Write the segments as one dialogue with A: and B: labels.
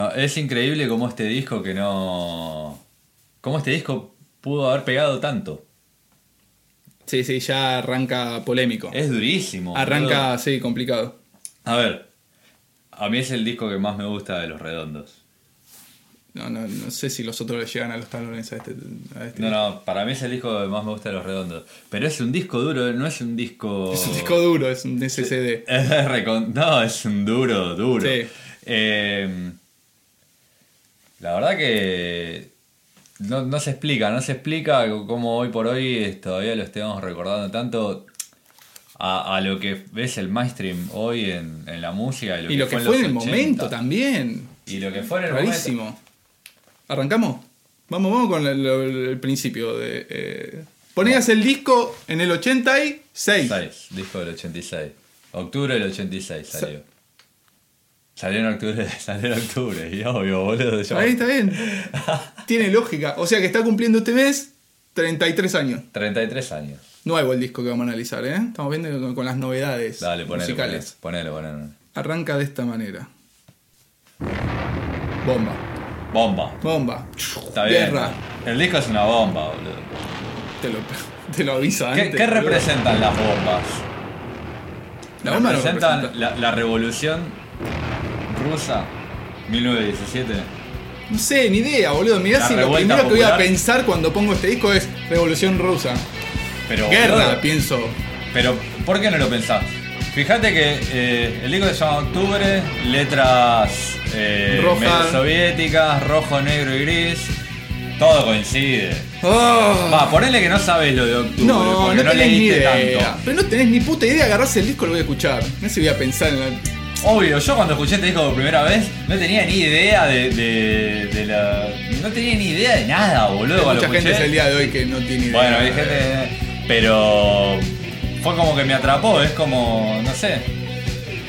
A: No, es increíble cómo este disco que no. cómo este disco pudo haber pegado tanto.
B: Sí, sí, ya arranca polémico.
A: Es durísimo.
B: arranca,
A: boludo.
B: sí, complicado.
A: A ver. A mí es el disco que más me gusta de los redondos.
B: No, no, no sé si los otros le llegan a los talones a este. a este.
A: No, no, para mí es el disco que más me gusta de los redondos. Pero es un disco duro, no es un disco.
B: Es un disco duro, es un SCD.
A: Es recon- No, es un duro, duro.
B: Sí.
A: Eh, la verdad que no, no se explica, no se explica cómo hoy por hoy es- todavía lo estemos recordando tanto a, a lo que es el mainstream hoy en, en la música. Y lo,
B: Y lo que fue en el momento también.
A: Y lo que fue en el momento.
B: Rarísimo. ¿Arrancamos? Vamos, vamos con el, el- el principio de. eh, Ponías el disco en el 86.
A: Seis, disco del 86. Octubre del 86 salió. Salió en octubre, salió en octubre, y obvio, boludo. yo-
B: Ahí está bien. Tiene lógica. O sea que está cumpliendo este mes 33 años.
A: 33 años.
B: Nuevo el disco que vamos a analizar, ¿eh? Estamos viendo con, con las novedades
A: Dale, ponelo, ponelo,
B: musicales.
A: ponelo, ponelo.
B: Arranca de esta manera. Bomba.
A: Bomba.
B: Bomba.
A: Está bien.
B: Guerra.
A: El disco es una bomba, boludo.
B: Te lo, te lo avisa
A: ¿Qué,
B: antes,
A: qué
B: boludo.
A: representan las bombas?
B: La bomba no
A: representan
B: representa.
A: la, la revolución rusa 1917.
B: No sé, ni idea, boludo. Mirá
A: La
B: si lo
A: revuelta
B: primero que voy a
A: popular.
B: pensar cuando pongo este disco es Revolución Rusa.
A: Pero,
B: Guerra,
A: boludo,
B: pienso.
A: pero, ¿por qué no lo pensás? Fíjate que eh, el disco se llama Octubre, letras eh,
B: Roja.
A: medio soviéticas, rojo, negro y gris. Todo coincide.
B: Ah,
A: Va, ponele que no sabes lo de octubre,
B: no,
A: porque
B: no
A: no,
B: tenés ni
A: leíste
B: idea.
A: tanto.
B: Pero no tenés ni puta idea, agarrás el disco y lo voy a escuchar. No sé si voy a pensar en la.
A: Obvio, yo cuando escuché este disco por primera vez no tenía ni idea de, de- de la. No tenía ni idea de nada, boludo. cuando
B: Mucha
A: escuché.
B: gente es el día de hoy que no tiene idea.
A: Bueno, hay gente. Pero. Fue como que me atrapó, es como. No sé.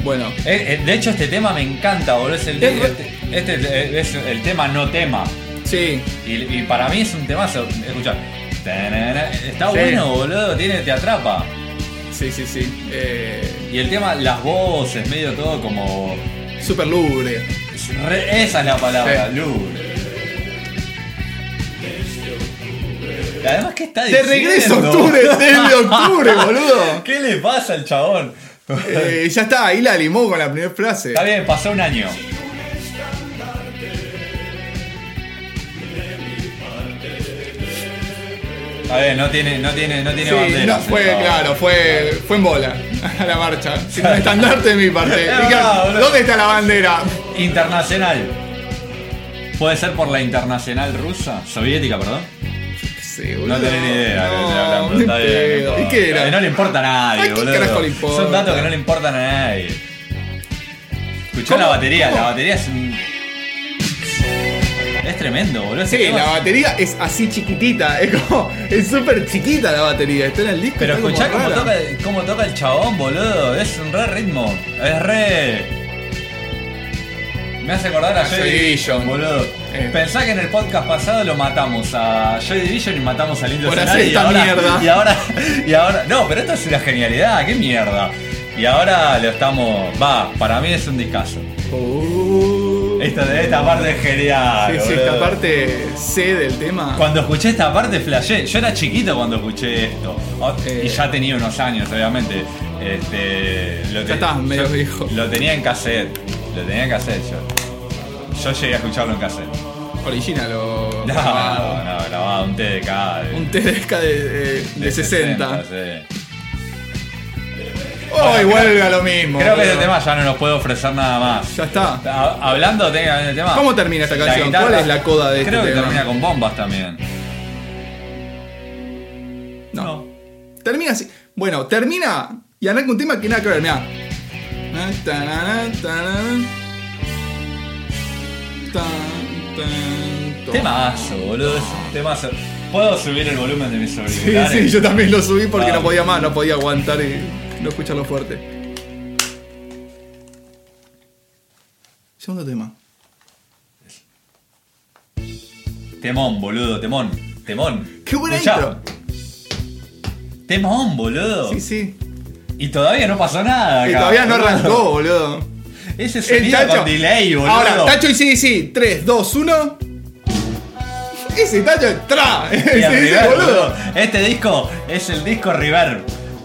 B: Bueno,
A: Eh, eh, De hecho, este tema me encanta, boludo. Es el,
B: Es re-
A: este, este es el tema no tema.
B: sí.
A: Y, y para mí es un temazo. Escuchá. Tanana, Está
B: Sí.
A: bueno, boludo. Tiene, te atrapa.
B: Sí, sí, sí. Eh,
A: Y el tema, las voces, medio todo como.
B: super lubre.
A: es re- esa es la palabra,
B: Sí.
A: luz. Y Además, ¿qué está
B: De
A: diciendo?
B: regreso a octubre, desde octubre, boludo.
A: ¿Qué le pasa al chabón?
B: Eh, ya está, ahí la limó con la primera frase.
A: Está bien, pasó un año. Está bien, no tiene, no tiene, no tiene
B: Sí,
A: bandera.
B: no, fue, claro, fue, fue en bola a la marcha. Sin un estandarte de mi parte.
A: Es
B: Dije,
A: verdad, boludo.
B: ¿Dónde está la bandera?
A: Internacional. Puede ser por la internacional rusa, soviética, perdón.
B: Sí,
A: No tenés ni idea de lo que estoy
B: No,
A: hablando.
B: ni
A: Está bien, no
B: pedo. ¿Y qué
A: importa. No
B: era?
A: le importa a nadie,
B: ¿A qué
A: boludo.
B: carajo le importa?
A: Son datos que no le importan a nadie. Escuchá
B: ¿Cómo?
A: la batería,
B: ¿Cómo?
A: la batería es un. Es tremendo, boludo. ese
B: Sí,
A: tema
B: la
A: es-
B: batería es así chiquitita, es como, es súper chiquita la batería, está en el disco.
A: Pero
B: está como
A: escuchá cómo
B: rara.
A: toca, cómo toca el chabón, boludo. Es un re ritmo. Es re. Me hace acordar a
B: A
A: Joy
B: Ah, Joy
A: Division,
B: Division.
A: boludo.
B: Eh.
A: Pensá que en el podcast pasado lo matamos a Joy Division y matamos al Indio
B: Por hacer
A: Solari y
B: esta
A: ahora,
B: mierda.
A: Y ahora, y ahora. No, pero esto es una genialidad, qué mierda. Y ahora lo estamos. Va, para mí es un discazo.
B: Uh,
A: Esta, esta parte es genial.
B: sí, sí,
A: boludo.
B: esta parte C del tema.
A: Cuando escuché esta parte flashé, yo era chiquito cuando escuché esto. O-
B: Eh.
A: y ya tenía unos años, obviamente. Este, lo te-
B: estabas medio
A: yo-
B: viejo.
A: Lo tenía en cassette. Lo tenía en cassette yo. Yo llegué a escucharlo en cassette.
B: Original o.
A: No, no, no, grababa un TDK de,
B: Un TDK de, de, de 60.
A: sí.
B: Hoy vuelve a lo mismo.
A: Creo que
B: boludo.
A: este tema ya no nos puede ofrecer nada más.
B: Ya está.
A: Ha- Hablando técnicamente del tema.
B: ¿Cómo termina esta
A: la
B: canción?
A: guitarra-
B: ¿Cuál es la coda de
A: Creo
B: este
A: que
B: tema?
A: termina con bombas también.
B: No. Termina así. Bueno, termina y arranca un tema que nada que ver, mirá. Na, ta, na, na, ta, na, na. Tan, tan, to.
A: Temazo, boludo. es un Temazo. ¿Puedo subir el volumen de mis
B: Sí,
A: auriculares?
B: sí, yo también lo subí porque
A: Ah.
B: no podía más, no podía aguantar y no escucharlo fuerte. Segundo tema.
A: Temón, boludo, temón. Temón.
B: ¡Qué buena
A: Escuchá.
B: intro!
A: Temón, boludo.
B: Sí, sí.
A: Y todavía no pasó nada.
B: Y
A: acá,
B: todavía no
A: boludo.
B: arrancó, boludo.
A: Ese sonido con delay, boludo.
B: Ahora, Tacho y sí, sí. 3, 2, 1. Ese Tacho es tra.
A: Y el
B: Ese, ese
A: reverb,
B: boludo.
A: boludo. Este disco es el disco reverb,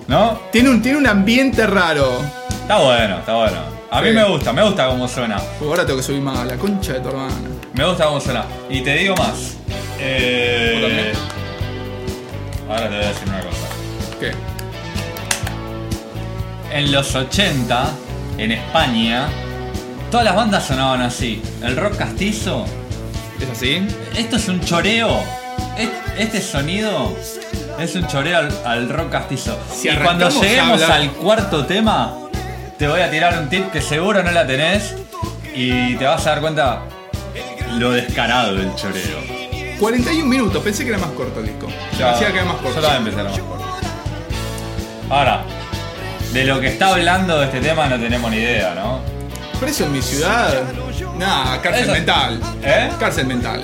A: ¿no?
B: Tiene un, tiene un ambiente raro.
A: Está bueno, está bueno. A mí
B: Sí.
A: me gusta, me gusta cómo suena.
B: Uy, ahora tengo que subir más a la concha de tu hermana.
A: Me gusta cómo suena. Y te digo más. Eh,
B: ¿Vos también?
A: ahora te voy a decir una cosa.
B: ¿Qué?
A: En los 80, en España, todas las bandas sonaban así. El rock castizo,
B: ¿Es así?
A: esto es un choreo. Es- Este sonido es un choreo al, al rock castizo.
B: Si
A: y cuando
B: arrancamos a
A: lleguemos
B: hablar-
A: al cuarto tema, te voy a tirar un tip que seguro no la tenés y te vas a dar cuenta lo descarado del choreo.
B: 41 minutos, pensé que era más corto el disco. Se me hacía que era más corto.
A: Yo también pensé que era más corto. Ahora, de lo que está hablando de este tema no tenemos ni idea, ¿no?
B: Preso en mi ciudad. Nah, cárcel
A: Eso-
B: mental.
A: ¿Eh?
B: Cárcel mental.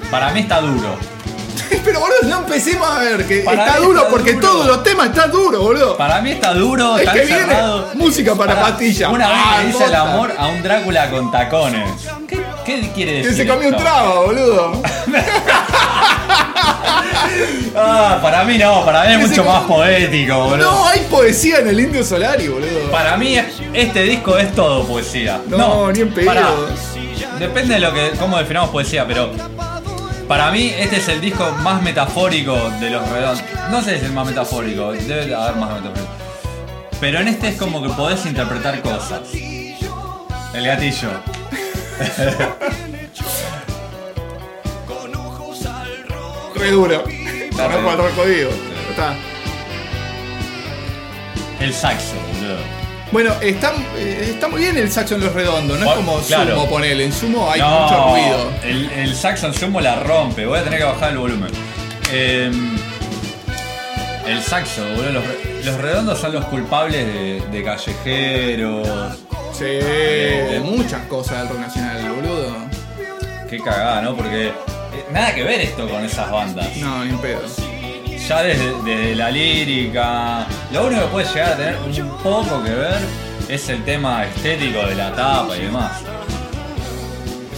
A: Para mí está duro.
B: Pero boludo, no empecemos a ver que
A: Para
B: está
A: mí
B: duro
A: está
B: porque
A: duro.
B: todos los temas están duros, boludo.
A: Para mí está duro,
B: Es
A: está
B: que viene
A: encerrado.
B: música para
A: Pará,
B: pastillas.
A: Una vez
B: Ah,
A: le dice el
B: posta.
A: amor a un Drácula con tacones. ¿Qué, qué quiere decir?
B: Que se comió un
A: esto?
B: trago, boludo.
A: Ah, para mí no, para mí es
B: Que se
A: mucho
B: comió-
A: más poético, boludo.
B: No, hay poesía en el Indio Solari, boludo.
A: Para mí es- este disco es todo poesía.
B: No,
A: No,
B: ni en pedo.
A: pará. Depende de lo que cómo definamos poesía, pero para mí este es el disco más metafórico de los redondos. No sé si es el más metafórico, debe haber más metafórico. Pero en este es como que podés interpretar cosas. El gatillo.
B: Re duro. Está
A: re
B: rojo al
A: duro.
B: rojo vivo. Está.
A: El saxo, boludo.
B: Bueno, está, eh, está muy bien el saxo en los redondos, no es
A: Bueno,
B: como
A: claro.
B: sumo, ponele. En sumo hay
A: No,
B: mucho ruido.
A: El, el saxo en sumo la rompe, voy a tener que bajar el volumen. Em, el saxo, boludo. Los, re- los redondos son los culpables de, de callejeros.
B: Sí, de muchas cosas del rock nacional, boludo.
A: Qué cagada, ¿no? Porque eh, nada que ver esto con esas bandas.
B: No, ni en pedo.
A: Ya desde, desde la lírica, lo único que puede llegar a tener un poco que ver es el tema estético de la tapa y demás.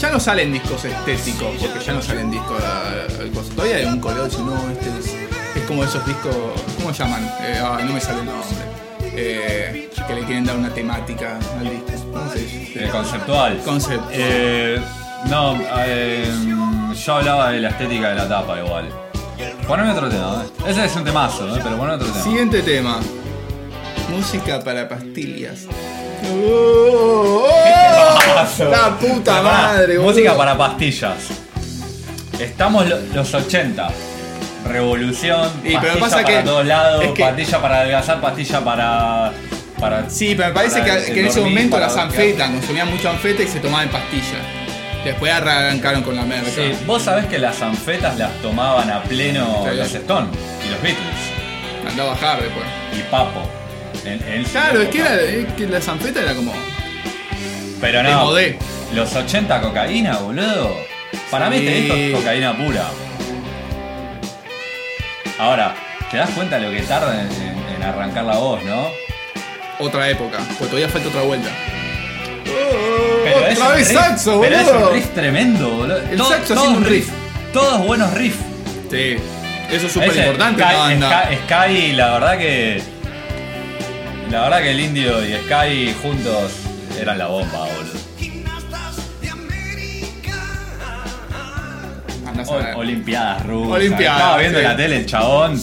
B: Ya no salen discos estéticos, porque ya no salen discos. eh, cosas. Todavía hay un coleo dice, no, este es, es como esos discos. ¿Cómo se llaman? Eh, ah, no me sale el nombre. Eh, que le quieren dar una temática al disco. ¿Cómo se dice?
A: El conceptual.
B: Conceptual.
A: Eh, no, eh, yo hablaba de la estética de la tapa igual. Poneme otro tema, ¿eh? Ese es un temazo, ¿eh? Pero poneme otro tema.
B: Siguiente tema. Música para pastillas. ¡Oh!
A: Temazo.
B: La
A: Pará,
B: puta madre, boludo.
A: Música para pastillas. Estamos lo- los 80. Revolución,
B: Y, pero
A: pastilla
B: pasa
A: para
B: que-
A: todos lados,
B: es que-
A: pastilla para adelgazar, pastilla para... para
B: Sí, pero me parece
A: para,
B: que,
A: eh,
B: que en ese
A: dormir,
B: momento
A: para
B: las
A: dormir.
B: anfetas, consumían mucho anfeta y se tomaban pastillas. Después arrancaron con la merca.
A: Sí, vos sabés que las anfetas las tomaban a pleno
B: Sí.
A: los Stones y los Beatles
B: Andá a bajar después.
A: y Papo. En- en su
B: Claro, es que,
A: época.
B: era, es que la zanfeta era como.
A: Pero
B: Te
A: no.
B: modé.
A: Los 80 cocaína, boludo. Para mí
B: Sí.
A: este disco es cocaína pura. Ahora, ¿te das cuenta lo que tarda en, en- en arrancar la voz, no?
B: Otra época, pues todavía falta otra vuelta.
A: es
B: otra
A: un
B: vez
A: riff-
B: saxo,
A: pero es
B: boludo.
A: un riff tremendo, boludo.
B: El saxo haciendo un riff.
A: Todos buenos riffs.
B: Sí, eso es súper
A: Ese
B: importante.
A: Sky,
B: en la banda.
A: Sky, Sky, la verdad que. La verdad que el indio y Sky juntos eran la bomba, boludo.
B: Andá a saber.
A: O- Olimpiadas rusas.
B: Olimpiadas,
A: Estaba viendo
B: sí.
A: la tele el chabón.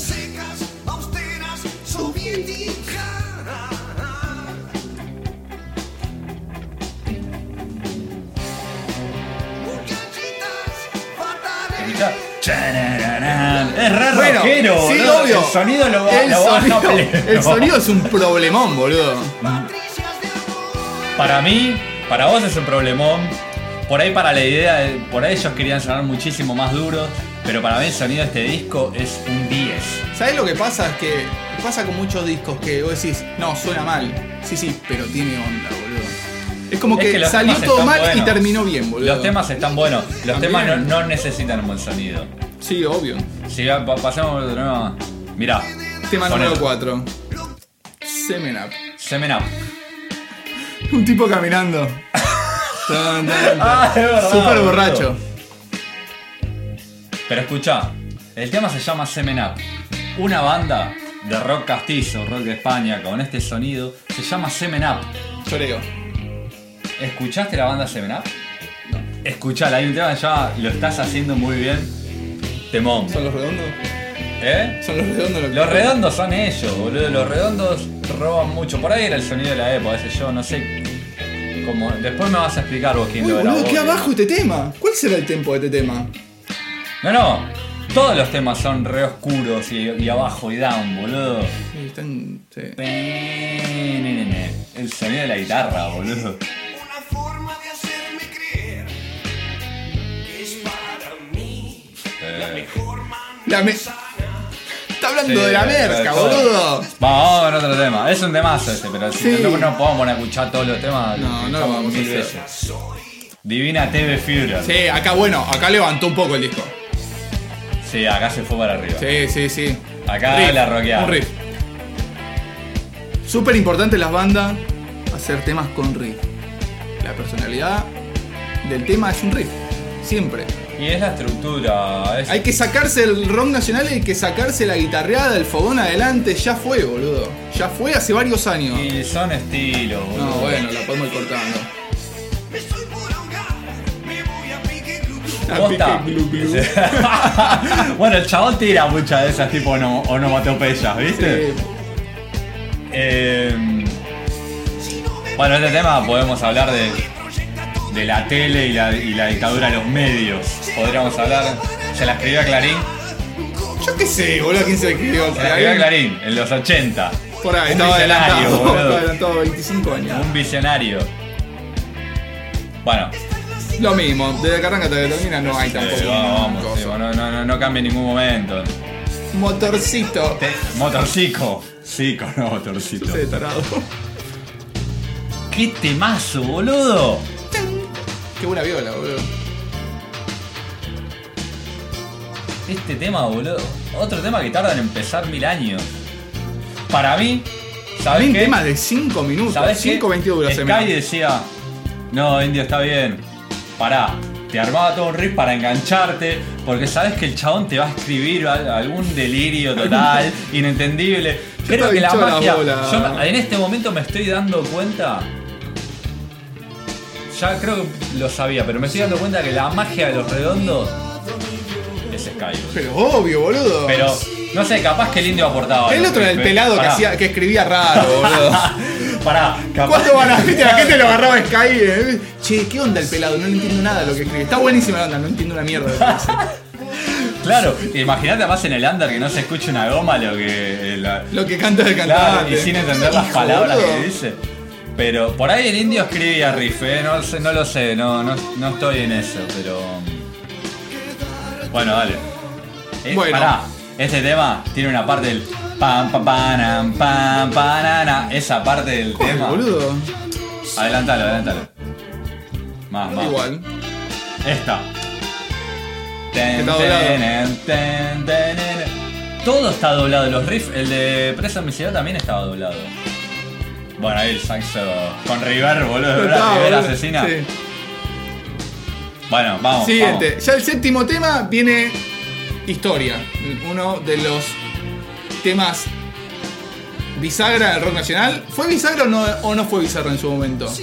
A: Escuchá. Chanararán. Es re
B: Bueno,
A: rockero,
B: sí,
A: boludo.
B: obvio.
A: El sonido lo,
B: el,
A: lo baja
B: sonido,
A: pleno.
B: el sonido es un problemón, boludo.
A: Para mí, para vos es un problemón. Por ahí para la idea, de- por ahí ellos querían sonar muchísimo más duros. Pero para mí el sonido de este disco es un 10.
B: ¿Sabes lo que pasa? Es que pasa con muchos discos que vos decís, no, suena mal. Sí, sí, pero tiene onda, boludo. Es como
A: Es
B: que,
A: que los
B: salió
A: temas
B: todo
A: están
B: mal y
A: buenos.
B: terminó bien, boludo.
A: Los temas están buenos. Los
B: También.
A: temas no, no necesitan un buen sonido.
B: Sí, obvio.
A: Si va- pa- pasamos de nuevo. a- Mirá.
B: Tema
A: Ponelo.
B: número 4. Semen Up.
A: Semen Up.
B: Un tipo caminando. Tan, tan, tan.
A: Ah, es verdad,
B: Súper
A: boludo.
B: borracho.
A: Pero escucha, el tema se llama Semen Up. Una banda de rock castizo, rock de España, con este sonido, se llama Semen Up.
B: Choreo.
A: ¿Escuchaste la banda Semen Up? Escuchala, hay un tema que se llama Lo estás haciendo muy bien. Temón.
B: ¿Son los redondos?
A: ¿Eh?
B: Son los redondos los que-
A: Los redondos son ellos, boludo. Los redondos roban mucho. Por ahí era el sonido de la época, ese yo, no sé. Cómo... Después me vas a explicar vos quién
B: Uy,
A: lo grabó.
B: boludo, qué
A: boludo.
B: abajo este tema. ¿Cuál será el tempo de este tema?
A: No, no. Todos los temas son re oscuros y, y abajo y down, boludo.
B: Sí, están- sí.
A: El sonido de la guitarra, boludo.
C: Una forma de hacerme creer que es para mí la
A: Eh.
C: mejor manera
B: La me-
C: sana.
B: Está hablando
A: Sí,
B: de la
A: eh,
B: merca,
A: todo.
B: boludo.
A: Vamos, vamos con otro tema. Es un temazo este, pero si
B: Sí.
A: no, no podemos poner a escuchar todos los temas.
B: No, no lo
A: escuchamos
B: vamos a
A: mil
B: hacer.
A: veces. Divina TV Fibra. Sí.
B: Sí, acá bueno, acá levantó un poco el disco.
A: acá se fue para arriba.
B: Sí, sí, sí.
A: Acá
B: Riff,
A: la rockearon.
B: Un riff. Súper importante las bandas hacer temas con riff. La personalidad del tema es un riff. Siempre.
A: Y es la estructura. es-
B: Hay que sacarse el rock nacional, hay que sacarse la guitarreada, el fogón adelante. Ya fue, boludo. Ya fue hace varios años.
A: Y son estilos, boludo.
B: No, bueno, la podemos ir cortando.
C: Me estoy por ahogar, me voy a pique glu, glu.
A: Posta.
B: Pique, glu, glu.
A: bueno, el chabón tira muchas de esas tipo ono- onomatopeyas, ¿viste?
B: Sí.
A: Eh,
C: Si no me
A: bueno, este tema podemos hablar de,
C: proyecta todo
A: de la tele y la, y la dictadura de los medios. Podríamos hablar. Se la escribió a Clarín.
B: Yo qué sé, boludo, quién se escribió.
A: Se la escribió a Clarín en los 80.
B: Por ahí,
A: Un
B: estaba
A: visionario,
B: adelantado.
A: boludo.
B: Estaba adelantado 25 años.
A: Un visionario. Bueno, eh,
B: Lo mismo, desde que arranca hasta que termina no hay tampoco.
A: vamos,
B: cosa.
A: sí, bueno, no, no, no cambia en ningún momento.
B: Motorcito.
A: Te- motorcico. Cico, no motorcito.
B: Se tarado.
A: ¡Qué temazo, boludo!
B: Qué buena viola, boludo.
A: Este tema, boludo. Otro tema que tarda en empezar mil años. Para mí, ¿sabés
B: Un
A: qué?
B: tema de 5 minutos.
A: ¿Sabés qué?
B: 5.22 dura
A: Sky
B: semana.
A: decía, no, Indio, está bien. Pará. Te armaba todo un riff para engancharte, porque sabes que el chabón te va a escribir al- algún delirio total, inentendible. Creo
B: estaba
A: que la
B: hinchado la
A: magia.
B: bola.
A: yo me- en este momento me estoy dando cuenta. Ya creo que lo sabía, pero me estoy dando cuenta que la magia de los redondos es Sky.
B: Pero obvio, boludo.
A: Pero, no sé, capaz que el indio aportaba.
B: El
A: algo,
B: otro era el
A: Felipe.
B: pelado que,
A: Pará.
B: hacía, que escribía raro, boludo.
A: Pará, capaz.
B: ¿Cuánto van a viste, La gente lo agarraba a Sky. eh. Che, ¿qué onda el pelado? No le entiendo nada de lo que escribe. Está buenísima la onda, no entiendo una mierda. de lo que dice.
A: Claro, imagínate además en el under que no se escuche una goma lo que. eh, la-
B: Lo que canta el
A: Claro,
B: cantante.
A: y sin entender las
B: Hijo,
A: palabras
B: boludo.
A: que dice. Pero por ahí el indio escribía riff, eh, no, sé- no lo sé, no, no, no estoy en eso, pero. mm. Bueno, dale. Eh,
B: Bueno.
A: Pará, este tema tiene una parte del. Pam, pam, panam, pam, panana. Esa parte del
B: Joder,
A: tema.
B: boludo.
A: Adelántalo, adelántalo. Más, más.
B: Igual.
A: Esta. Ten,
B: Está doblado.
A: tenen, ten, tenen. Todo está doblado, los riffs, el de Presa en mi ciudad también estaba doblado. Bueno, ahí el saxo con River, boludo, ¿verdad?
B: Está,
A: River
B: boludo.
A: asesina. Oh,
B: Sí.
A: Bueno, vamos.
B: Siguiente. Ya el séptimo tema viene historia. Uno de los temas bisagra del rock nacional. ¿Fue bisagra o no, o no fue bisagra en su momento?
A: vamos.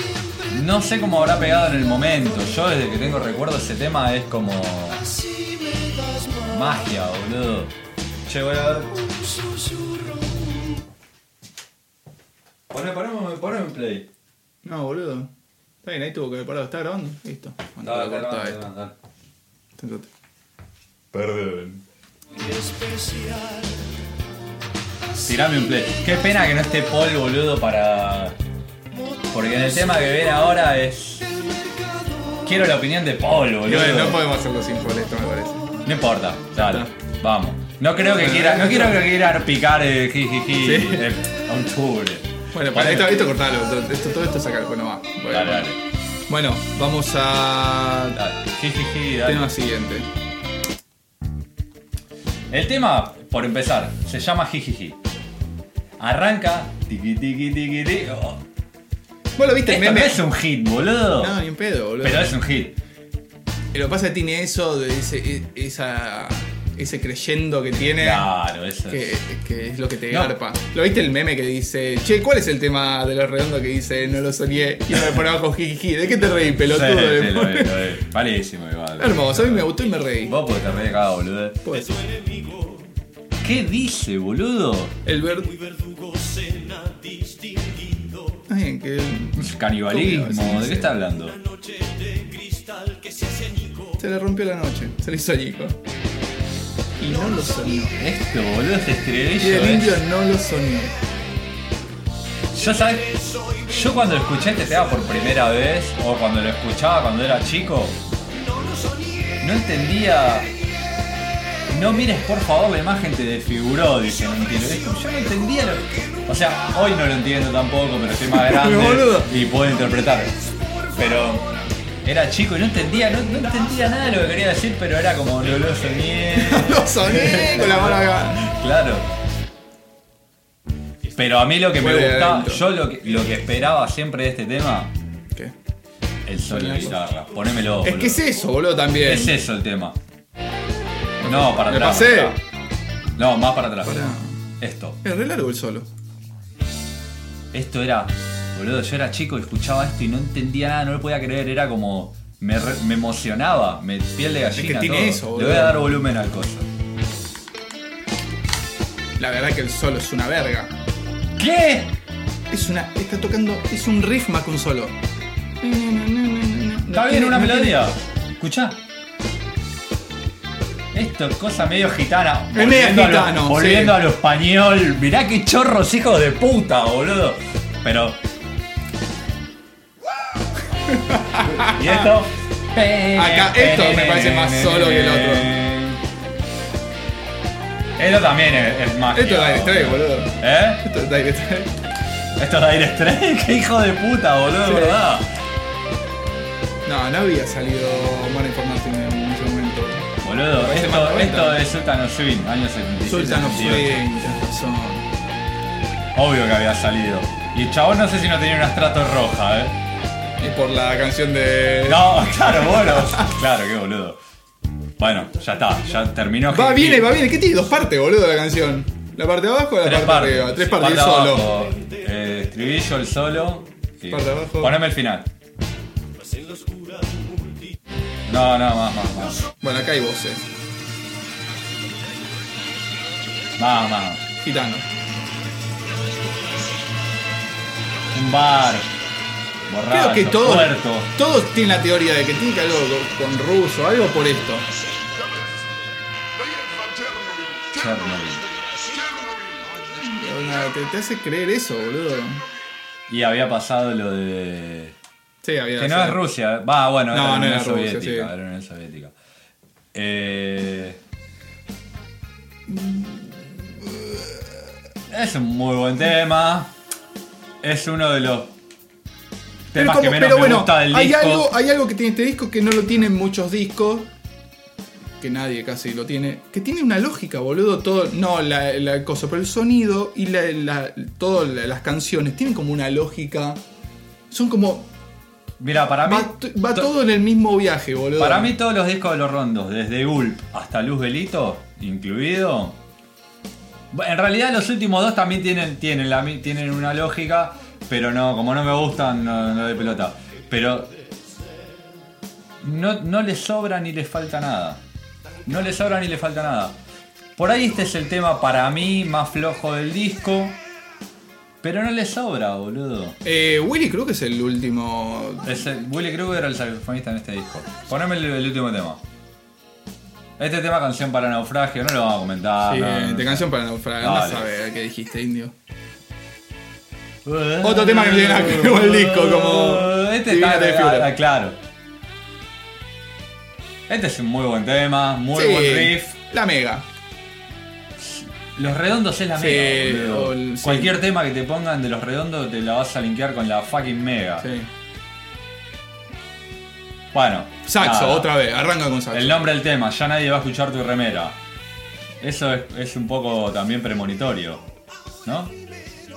A: No sé cómo habrá pegado en el momento. Yo desde que tengo recuerdo ese tema es como. Magia, boludo. Che, voy a ver. Poné, poneme, poneme en play.
B: No, boludo. Está bien, ahí tuvo que haber parado. ¿Está grabando? Listo. Bueno,
A: Dale,
B: voy a
A: dale,
B: cortar
A: dale,
B: esto.
A: dale, dale.
B: Entonces,
A: Perdón.
C: especial.
A: Tirame un play. Qué pena que no esté Paul, boludo, para. Porque en el tema que viene ahora es. Quiero la opinión de Paul, boludo.
B: No, no
A: No,
B: podemos hacerlo sin esto me parece.
A: importa, dale. Vamos. No creo que quiera. No quiero que quiera picar eh, jijiji
B: Sí.
A: eh, a un chuble.
B: Bueno, para esto,
A: Dale,
B: esto cortalo. Esto, todo esto sacar. Bueno, va. Bueno,
A: Dale, dale.
B: bueno vamos a.
A: dale. Jijiji, dale.
B: Tema siguiente.
A: El tema, por empezar, se llama Jijiji. Arranca. Tiqui tiqui tiqui tiqui. oh.
B: Vos lo viste el
A: Esto no
B: Este meme.
A: es un hit, boludo.
B: No, ni un pedo, boludo.
A: Pero es un hit.
B: Y Lo que pasa es que tiene eso, de ese, e, esa, ese creyendo que tiene.
A: Claro, eso
B: Eh. Que,
A: es.
B: que es lo que te
A: No.
B: garpa. ¿Lo viste el meme que dice, che, ¿cuál es el tema de los redondos que dice no lo soñé? Y me por abajo jijiji, ¿de qué te reí, pelotudo?
A: Sí,
B: Le
A: sí, lo
B: pone.
A: es, lo es. Malísimo igual.
B: Hermoso, a mí me gustó y me reí.
A: Vos porque te reí acá, boludo.
B: Pues,
A: ¿Qué dice, boludo?
B: el ver...
C: verdugo cena distinguido.
B: Ay, que... ¿Cómo
A: Canibalismo,
B: lo
A: ¿de qué
B: hace?
A: está hablando?
C: Noche de cristal que se hace añico.
B: Se le rompió la noche, se le hizo añico. Y no lo soñó.
A: Esto, boludo, este
B: Y
A: estribillo
B: el indio
A: es.
B: no lo soñó.
A: Yo, ¿sabes? Yo cuando lo escuché este tema por primera vez, o cuando lo escuchaba cuando era chico, no entendía. No mires por favor la imagen te desfiguró, dice un tío. Es como, Yo no entendía lo O sea, hoy no lo entiendo tampoco, pero estoy más grande
B: boludo.
A: y puedo interpretar. Pero era chico y no entendía, no, no entendía nada de lo que quería decir, pero era como no lo soñé.
B: Lo soñé con la mano acá.
A: Claro. Pero a mí lo que me
B: Fue de
A: gustaba,
B: adentro.
A: yo lo que, lo que esperaba siempre de este tema,
B: ¿Qué?
A: el solo de guitarra. Ponémelo.
B: Es
A: boludo.
B: que es eso, boludo, también.
A: Es eso el tema. No, para
B: Me
A: atrás.
B: pasé.
A: para atrás. No, más para atrás.
B: Pará.
A: Esto.
B: Es re largo el solo.
A: Esto era. Boludo, yo era chico y escuchaba esto y no entendía nada, no lo podía creer. Era como. Me, re- me emocionaba, me piel de gallina.
B: que tiene
A: todo.
B: eso,
A: Le
B: boludo.
A: voy a dar volumen al coso.
B: La verdad que el solo es una verga.
A: ¿Qué?
B: Es una. Está tocando. Es un riff más que un solo.
A: Está
B: Está
A: bien una melodía. Escuchá. Esto es cosa medio gitana.
B: Es medio
A: Volviendo, a lo-
B: gitano,
A: volviendo
B: sí.
A: a lo español. Mirá qué chorros, hijos de puta, boludo. Pero. ¿Y esto?
B: Acá, esto me parece más solo que el
A: otro. Esto también es, es más.
B: Esto es Dire Straits, boludo.
A: ¿Eh?
B: Esto es Dire Straits.
A: Esto es Dire Straits. Qué hijo de puta, boludo,
B: Sí.
A: ¿verdad?
B: No, no había salido Money for Nothing en ese momento.
A: Boludo,
B: Parece más
A: esto,
B: 90.
A: esto es Sultan of Swing, años 77.
B: Sultan of
A: 78.
B: Swing, tenés razón.
A: Obvio que había salido. Y el chabón no sé si no tenía una estrato roja, ¿eh?
B: Y por la canción de.
A: No, claro, bueno. claro, qué boludo. Bueno, ya está, ya terminó.
B: Va,
A: Hit
B: viene,
A: Kill.
B: va, viene. ¿Qué tiene? Dos partes, boludo, la canción. La parte de abajo y la
A: Tres
B: parte
A: partes.
B: de arriba. Tres partes,
A: Parte
B: y solo.
A: abajo, eh, estribillo, el solo. y-
B: Parte abajo.
A: Poneme el final. No, no, más, más, más.
B: Bueno, acá hay voces.
A: Más, más.
B: Gitano.
A: Un bar. Borracho,
B: Creo que todos,
A: puerto.
B: todos tienen la teoría de que tiene que algo con, con ruso, algo por esto.
A: Chernobyl.
B: Una- te, te hace creer eso, boludo.
A: Y había pasado lo de.
B: Sí, había
A: Que no es Rusia, va, bueno,
B: No,
A: era la
B: no
A: Unión
B: era Rusia,
A: Soviética.
B: sí.
A: Era la Unión Soviética. Eh, es un muy buen tema. Es uno de los
B: Pero,
A: temas
B: como-
A: que menos
B: pero
A: me
B: bueno,
A: gusta del
B: hay,
A: disco.
B: Algo, hay algo que tiene este disco que no lo tienen muchos discos. Que nadie casi lo tiene. Que tiene una lógica, boludo. Todo. No, la, la cosa, pero el sonido y la, la- todas la- las canciones tienen como una lógica. Son como.
A: Mira, para mí.
B: Va, t- va
A: to-
B: todo en el mismo viaje, boludo.
A: Para mí todos los discos de los rondos, desde Ulp hasta Luz Belito, incluido. En realidad los últimos dos también tienen, tienen, la mi- tienen una lógica, pero no, como no me gustan, no, no de pelota. Pero no, no les sobra ni les falta nada. No les sobra ni les falta nada. Por ahí este es el tema para mí más flojo del disco. Pero no les sobra, boludo.
B: Eh, Willy creo que es el último.
A: Es el- Willy Krueger era el saxofonista en este disco. Poneme el, el último tema. Este tema, canción para naufragio, no lo vamos a comentar. Ah, no, no,
B: Siguiente
A: no.
B: canción para naufragar.
A: Dale.
B: No sabe qué dijiste, indio. Otro tema que no tiene nada que ver con el disco, como
A: Eh, Este
B: Divina
A: está
B: Telefiura.
A: ah, claro. Este es un muy buen tema, muy
B: Sí,
A: buen riff.
B: La mega.
A: Los redondos es la
B: Sí,
A: mega. boludo.
B: o el- sí.
A: Cualquier tema que te pongan de los redondos te la vas a linkear con la fucking mega.
B: Sí.
A: Bueno.
B: Saxo,
A: nada.
B: otra vez, arranca con saxo.
A: El nombre del tema, ya nadie va a escuchar tu remera. Eso es, es un poco también premonitorio, ¿no?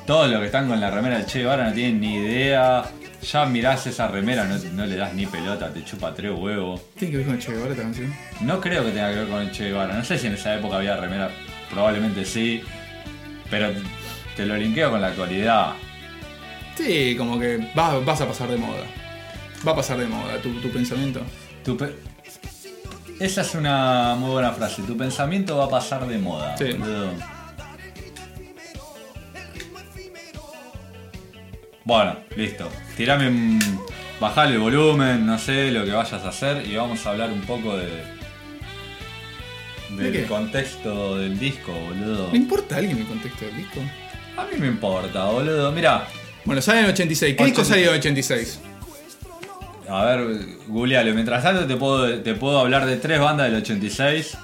A: Todos los que están con la remera del Che Guevara no tienen ni idea Ya mirás esa remera, no, no le das ni pelota, te chupa tres huevos.
B: ¿Tiene que ver con Che Guevara esta canción?
A: No creo que tenga que ver con el Che Guevara. No sé si en esa época había remera, probablemente sí. Pero te lo linkeo con la actualidad.
B: Sí, como que vas, vas a pasar de moda. Va a pasar de moda tu, tu pensamiento.
A: Tu pe- Esa es una muy buena frase. Tu pensamiento va a pasar de moda.
B: Sí.
A: boludo. Bueno, listo. Tirame un... Bajale el volumen, no sé, lo que vayas a hacer y vamos a hablar un poco de...
B: ¿De
A: Del
B: qué?
A: contexto del disco, boludo.
B: ¿No importa a alguien el contexto del disco?
A: A mí me importa, boludo. Mira,
B: Bueno, sale en 86. ¿Qué disco
A: 86?
B: salió en 86?
A: a ver, googlealo. Mientras tanto te puedo, te puedo hablar de tres bandas del 86.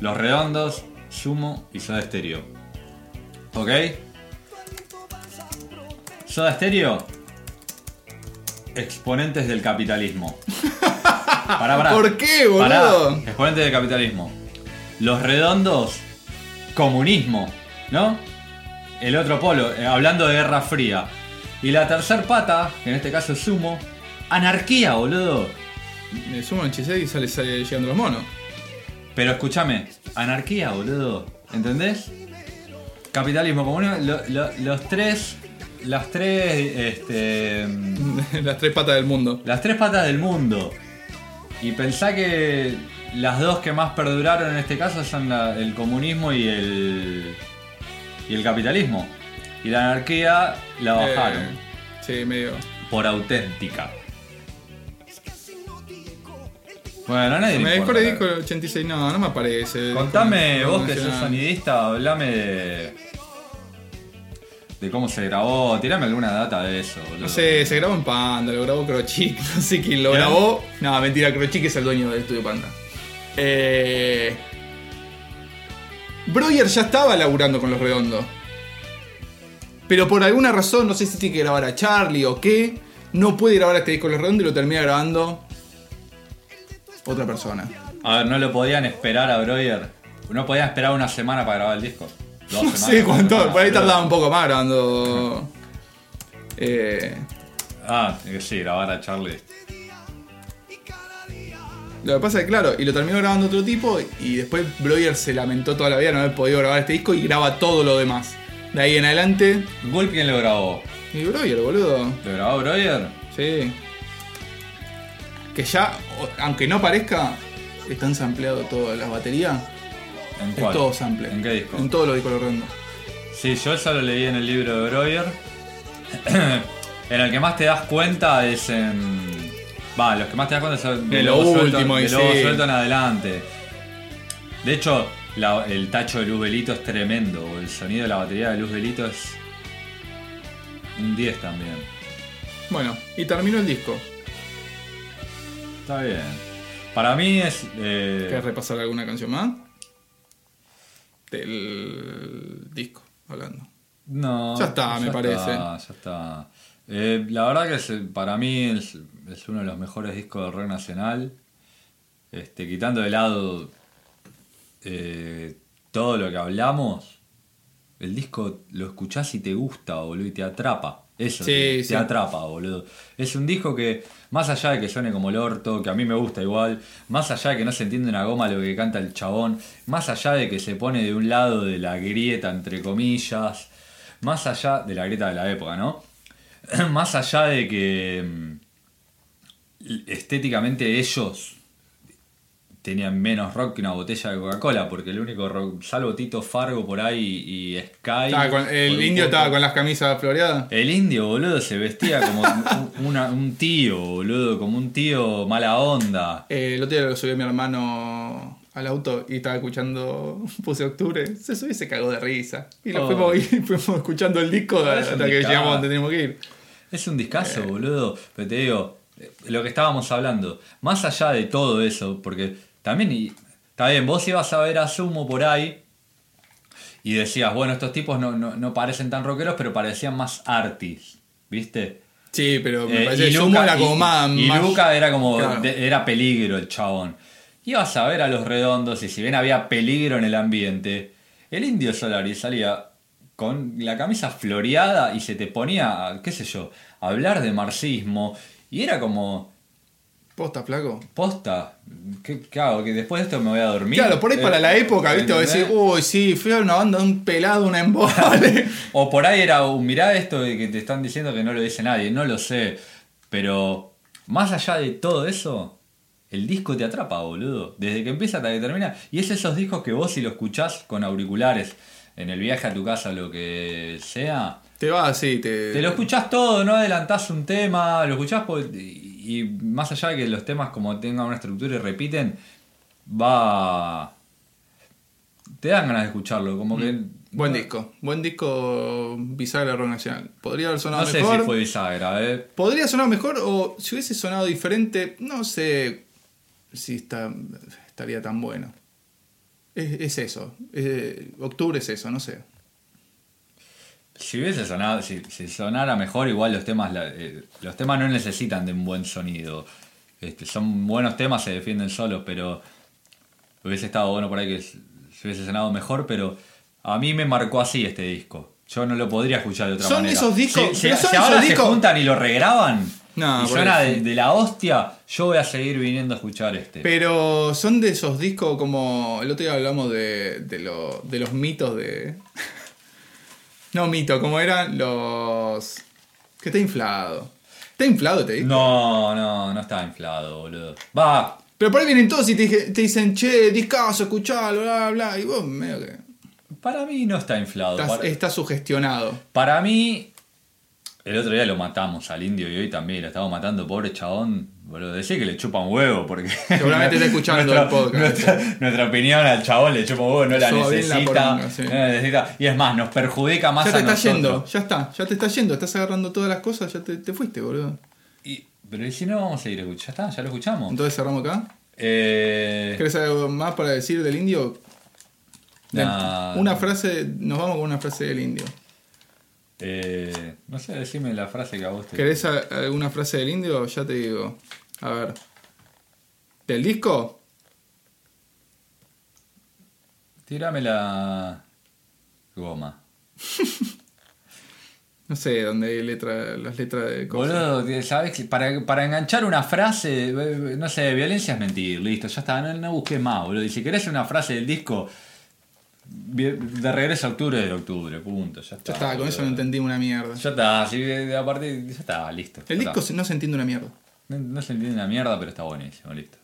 A: Los Redondos, Sumo y Soda Stereo. ¿Ok? Soda Stereo. Exponentes del capitalismo. Pará, pará.
B: ¿Por qué, boludo?
A: Pará. Exponentes del capitalismo. Los Redondos, comunismo, ¿no? El otro polo, eh, hablando de Guerra Fría. Y la tercer pata, que en este caso es Sumo, anarquía, boludo.
B: Me sumo en 86 y sale, sale llegando los monos.
A: Pero escúchame, anarquía, boludo. ¿Entendés? Capitalismo comunismo, lo- lo- los tres. Las tres. Este.
B: Las tres patas del mundo.
A: Las tres patas del mundo. Y pensá que las dos que más perduraron en este caso son la- el comunismo y el. y el capitalismo. Y la anarquía la bajaron.
B: Eh, sí, medio.
A: Por auténtica. Bueno, a nadie le
B: Me dejó
A: importa.
B: el disco del 86. No, no me aparece.
A: Contame
B: Déjame-
A: vos
B: no
A: que
B: sé
A: sos
B: nada.
A: sonidista, hablame de. de cómo se grabó, tirame alguna data de eso, boludo.
B: No sé, se grabó en Panda, lo grabó Crochic, no sé quién lo
A: ¿Quién?
B: grabó. No, mentira, Crochic es el dueño del estudio Panda. Eh... Breuer ya estaba laburando con los redondos. Pero por alguna razón, no sé si tiene que grabar a Charlie o qué, no puede grabar este disco con los redondos y lo termina grabando otra persona.
A: A ver, no lo podían esperar a Breuer. No podían esperar una semana para grabar el disco. Dos
B: No
A: semanas,
B: sé
A: una
B: cuánto,
A: semana,
B: por ahí
A: boludo.
B: tardaba un poco más grabando. Eh,
A: Ah, eh, sí, grabar a Charlie.
B: Lo que pasa es que, claro, y lo terminó grabando otro tipo y después Breuer se lamentó toda la vida no haber podido grabar este disco y graba todo lo demás. De ahí en adelante.
A: ¿Gulp quién lo grabó?
B: Y Breuer, boludo.
A: ¿Lo grabó Breuer?
B: Sí. Que ya, o- aunque no parezca, están sampleados todas las baterías.
A: ¿En
B: Es
A: cuál?
B: todo sample.
A: ¿En qué disco?
B: En todos los discos de los redondos.
A: Sí, yo eso lo leí en el libro de Breuer. en el que más te das cuenta es en. Va, los que más te das cuenta son
B: De lo
A: Lobo Suelto-
B: último, y
A: de Lobo
B: sí.
A: Suelto en adelante. De hecho, la- el tacho de Luz Velito es tremendo. El sonido de la batería de Luz Velito es. Un 10 también.
B: Bueno, y terminó el disco.
A: Está bien. Para mí es. eh,
B: ¿Querés repasar alguna canción más? Del disco, hablando.
A: No.
B: Ya está, me parece.
A: está, ya está. Eh, la verdad que es, para mí es, es uno de los mejores discos del rock nacional. Este, quitando de lado eh, todo lo que hablamos, el disco lo escuchás y te gusta, boludo, y te atrapa. Eso,
B: Sí,
A: te, te
B: sí.
A: atrapa, boludo. Es un disco que, más allá de que suene como el orto, que a mí me gusta igual, más allá de que no se entiende una goma lo que canta el chabón, más allá de que se pone de un lado de la grieta, entre comillas, más allá de la grieta de la época, ¿no? más allá de que mm, estéticamente ellos tenían menos rock que una botella de Coca-Cola, porque el único rock, salvo Tito Fargo por ahí y, y Sky.
B: Estaba con-
A: por
B: el
A: un
B: indio
A: poco-
B: estaba con las camisas floreadas.
A: el indio, boludo, se vestía como un, una- un tío, boludo, como un tío mala onda.
B: Eh, el otro día lo subió mi hermano al auto y estaba escuchando Puse Octubre. Se subió y se cagó de risa. Y
A: Oh.
B: lo fuimos, y fuimos escuchando el disco
A: Ah, es un
B: hasta que
A: discazo.
B: llegamos donde teníamos que ir.
A: Es un discazo, boludo. Pero te digo, eh, lo que estábamos hablando, más allá de todo eso, porque también, y- está bien, vos ibas a ver a Sumo por ahí y decías, bueno, estos tipos no, no, no parecen tan rockeros, pero parecían más artis, ¿viste?
B: Sí, pero me
A: Eh,
B: parece
A: y
B: que
A: Luca-
B: Sumo era como
A: y-
B: más.
A: y
B: más-
A: Luca era como.
B: Claro.
A: de- era peligro el chabón. Ibas a ver a los redondos y si bien había peligro en el ambiente, el indio Solari salía con la camisa floreada y se te ponía, a, qué sé yo, a hablar de marxismo. Y era como,
B: Posta, flaco.
A: posta, ¿qué, qué hago? Que después de esto me voy a dormir.
B: Claro, por ahí para
A: Eh,
B: la época, ¿viste? "Uh,
A: ¿entendés?
B: Decir, uy, sí, fui a una banda de un pelado, una embole.
A: O por ahí era, un mirá esto de que te están diciendo que no lo dice nadie, no lo sé. Pero más allá de todo eso, el disco te atrapa, boludo. Desde que empieza hasta que termina. Y es esos discos que vos si lo escuchás con auriculares, en el viaje a tu casa, lo que sea,
B: Te vas así, te.
A: te lo escuchás todo, no adelantás un tema, lo escuchás por- y, y más allá de que los temas como tengan una estructura y repiten, va... Te dan ganas de escucharlo, como que...
B: Mm. Buen disco. Buen disco bisagra rock nacional. Podría haber sonado
A: No sé
B: mejor.
A: si fue bisagra, eh.
B: Podría sonar mejor o si hubiese sonado diferente, no sé si está, estaría tan bueno. Es, es eso. Eh, octubre es eso, no sé.
A: Si hubiese sonado, si, si sonara mejor, igual los temas, la- eh, los temas no necesitan de un buen sonido. Este, son buenos temas, se defienden solos, pero hubiese estado bueno por ahí que s- se hubiese sonado mejor, pero a mí me marcó así este disco. Yo no lo podría escuchar de otra
B: Son
A: manera.
B: esos discos-
A: si, si-
B: pero son
A: si
B: esos
A: ahora
B: discos-
A: se juntan y lo regraban
B: No,
A: y
B: por
A: suena
B: eso.
A: de, de la hostia, yo voy a seguir viniendo a escuchar este.
B: Pero son de esos discos como. El otro día hablamos de, de, lo- de los mitos de. no mito, como eran los. Que está inflado. Está inflado, este te digo.
A: no, no, no está inflado, boludo. Va,
B: Pero por ahí vienen todos y te, dije- te dicen, che, discaso, escuchalo, bla, bla. Y vos, medio que.
A: para mí no está inflado.
B: Estás,
A: para-
B: estás sugestionado.
A: Para mí, el otro día lo matamos al indio y hoy también lo estamos matando, pobre chabón. Boludo, decía que le chupa un huevo porque.
B: Seguramente está escuchando
A: nuestra,
B: el podcast.
A: Nuestra, nuestra opinión al chabón le chupa un huevo, no la,
B: Soba bien la
A: necesita,
B: poronga, sí.
A: no la necesita. Y es más, nos perjudica más
B: Ya
A: a
B: te está
A: nosotros.
B: yendo, ya está, ya te está yendo, estás agarrando todas las cosas, ya te, te fuiste, boludo.
A: Y- pero y si no, vamos a seguir escuchando. Ya está, ya lo escuchamos.
B: Entonces cerramos acá.
A: Eh,
B: ¿Querés algo más para decir del indio?
A: nah,
B: Una frase, nos vamos con una frase del indio.
A: eh, no sé, decime la frase que a vos te.
B: ¿Querés a- alguna frase del indio? Ya te digo. A ver. ¿Del disco?
A: Tirame la. goma.
B: No sé, donde hay letra, las letras de cosas.
A: Boludo, sabes que para, para enganchar una frase, eh, no sé, violencia es mentir, listo, ya está, no, no busques más, boludo. Y si querés una frase del disco, vi- de regreso a octubre de octubre, punto, ya está.
B: Ya está, con
A: boludo.
B: eso no entendí una mierda.
A: Ya está, si, aparte, ya está, listo. ya
B: El
A: está.
B: disco se- no se entiende una mierda.
A: No, no se entiende una mierda, pero está buenísimo, listo.